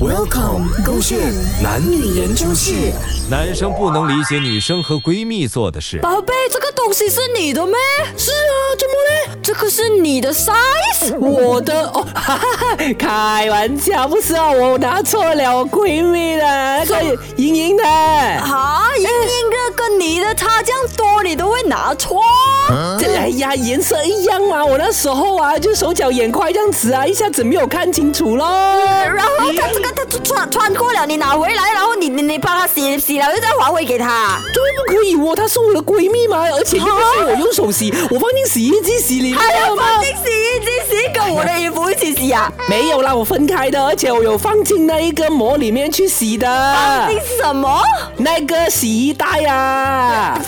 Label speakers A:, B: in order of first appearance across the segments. A: Welcome，勾线男女研究室。
B: 男生不能理解女生和闺蜜做的事。
C: 宝贝，这个东西是你的咩？
A: 是啊，怎么嘞？
C: 这个是你的 size，我的哦，
D: 哈哈， 开玩笑，不是哦，我拿错了，我闺蜜的那个莹莹的，
C: 啊，莹莹的跟你的差这样多，你都会拿错？
D: 这哎呀，颜色一样嘛，我那时候啊，就手脚眼快这样子啊，一下子没有看清楚咯。
C: 然后他这个他穿穿过了，你拿回来，然后你你你帮他洗洗了，又再还回给他。
D: 这个不可以哦，她是我的闺蜜嘛，而且又不是我用手洗，我放进洗衣机洗里面
C: 还要
D: 的嘛。
C: 放进洗衣机洗，跟我的衣服一起洗啊？
D: 没有啦，我分开的，而且我有放进那一个膜里面去洗的，
C: 你什么？
D: 那个洗衣袋啊。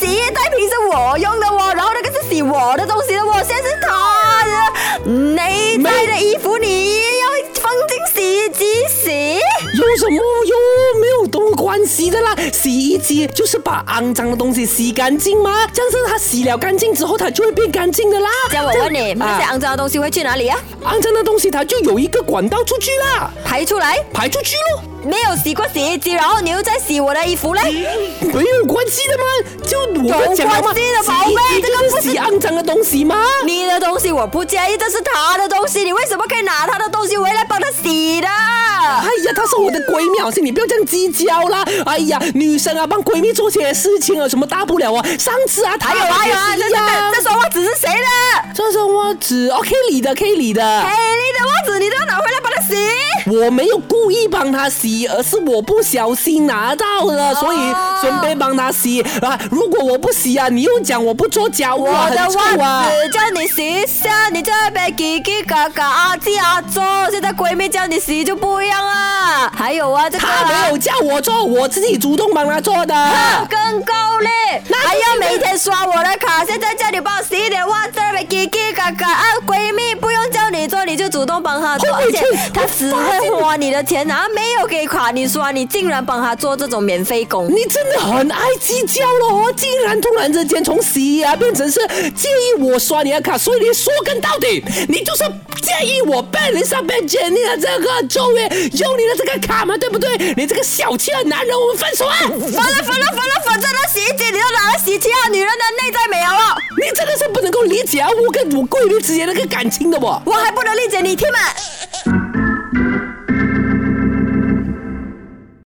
C: 洗衣袋瓶是我用的哦，然后那个是洗我的东西的哦，现在是他的，你带的衣服你要放进洗衣机洗。
D: 有什么有没有多关系的啦？洗衣机就是把肮脏的东西洗干净嘛，这样子它洗了干净之后，它就会变干净的啦。
C: 这样我问你，那些
D: 啊
C: 肮脏的东西会去哪里啊？
D: 肮脏的东西它就有一个管道出去啦，
C: 排出来？
D: 排出去咯，
C: 没有洗过洗衣机，然后你又再洗我的衣服嘞？
D: 没有关系的嘛。就我
C: 有
D: 们讲了嘛，
C: 关系的宝
D: 洗衣
C: 贝
D: 机
C: 这个
D: 就
C: 不
D: 是
C: 是
D: 洗肮脏的东西嘛。
C: 你的东西我不介意，这是他的东西，你为什么可以拿他的东西回来帮他洗的？
D: 哎呀，她是我的闺蜜，好像你不要这样计较啦。哎呀，女生啊，帮闺蜜做些事情有什么大不了啊？上次啊，她
C: 还有啊还有啊，
D: 也
C: 这
D: 是
C: 这
D: 一样
C: 这这双袜子是谁的？
D: 这双袜子哦，可以理的，可以理的。
C: 哎，你的袜子你都要拿回来帮他洗？
D: 我没有故意帮他洗，而是我不小心拿到了，
C: 哦
D: 所以准备帮他洗啊。如果我不洗啊，你又讲我不做家务
C: 我
D: 啊，
C: 的
D: 很臭啊
C: 袜。子叫你洗一下，你在那边叽叽嘎啊嘎阿鸡阿周，现在闺蜜叫你洗就不一样啊。还有啊，这个
D: 他没有叫我做，我自己主动帮他做的。
C: 啊更高嘞，还要每天刷我的卡。现在叫你帮我洗一点袜子，那边叽叽嘎嘎。啊，闺蜜不用叫你做，你就主动帮她做，
D: 后
C: 而
D: 悔
C: 且
D: 去
C: 她只会花你的钱，然后没有给卡你刷，你竟然帮她做这种免费工。
D: 你真的很爱计较了哦！竟然突然之间从洗啊变成是介意我刷你的卡，所以你说跟到底，你就是介意我被人上被捡你的这个咒怨，用你的这个卡嘛，对不对？你这个小气的男人，我们分手啊！
C: 分了分了分了，反正那洗衣机你都拿来洗其他女人的内在美好了，
D: 你真的是不能够理解啊！我跟我闺蜜之间那个感情的我。
C: 我还不能理解你听吗？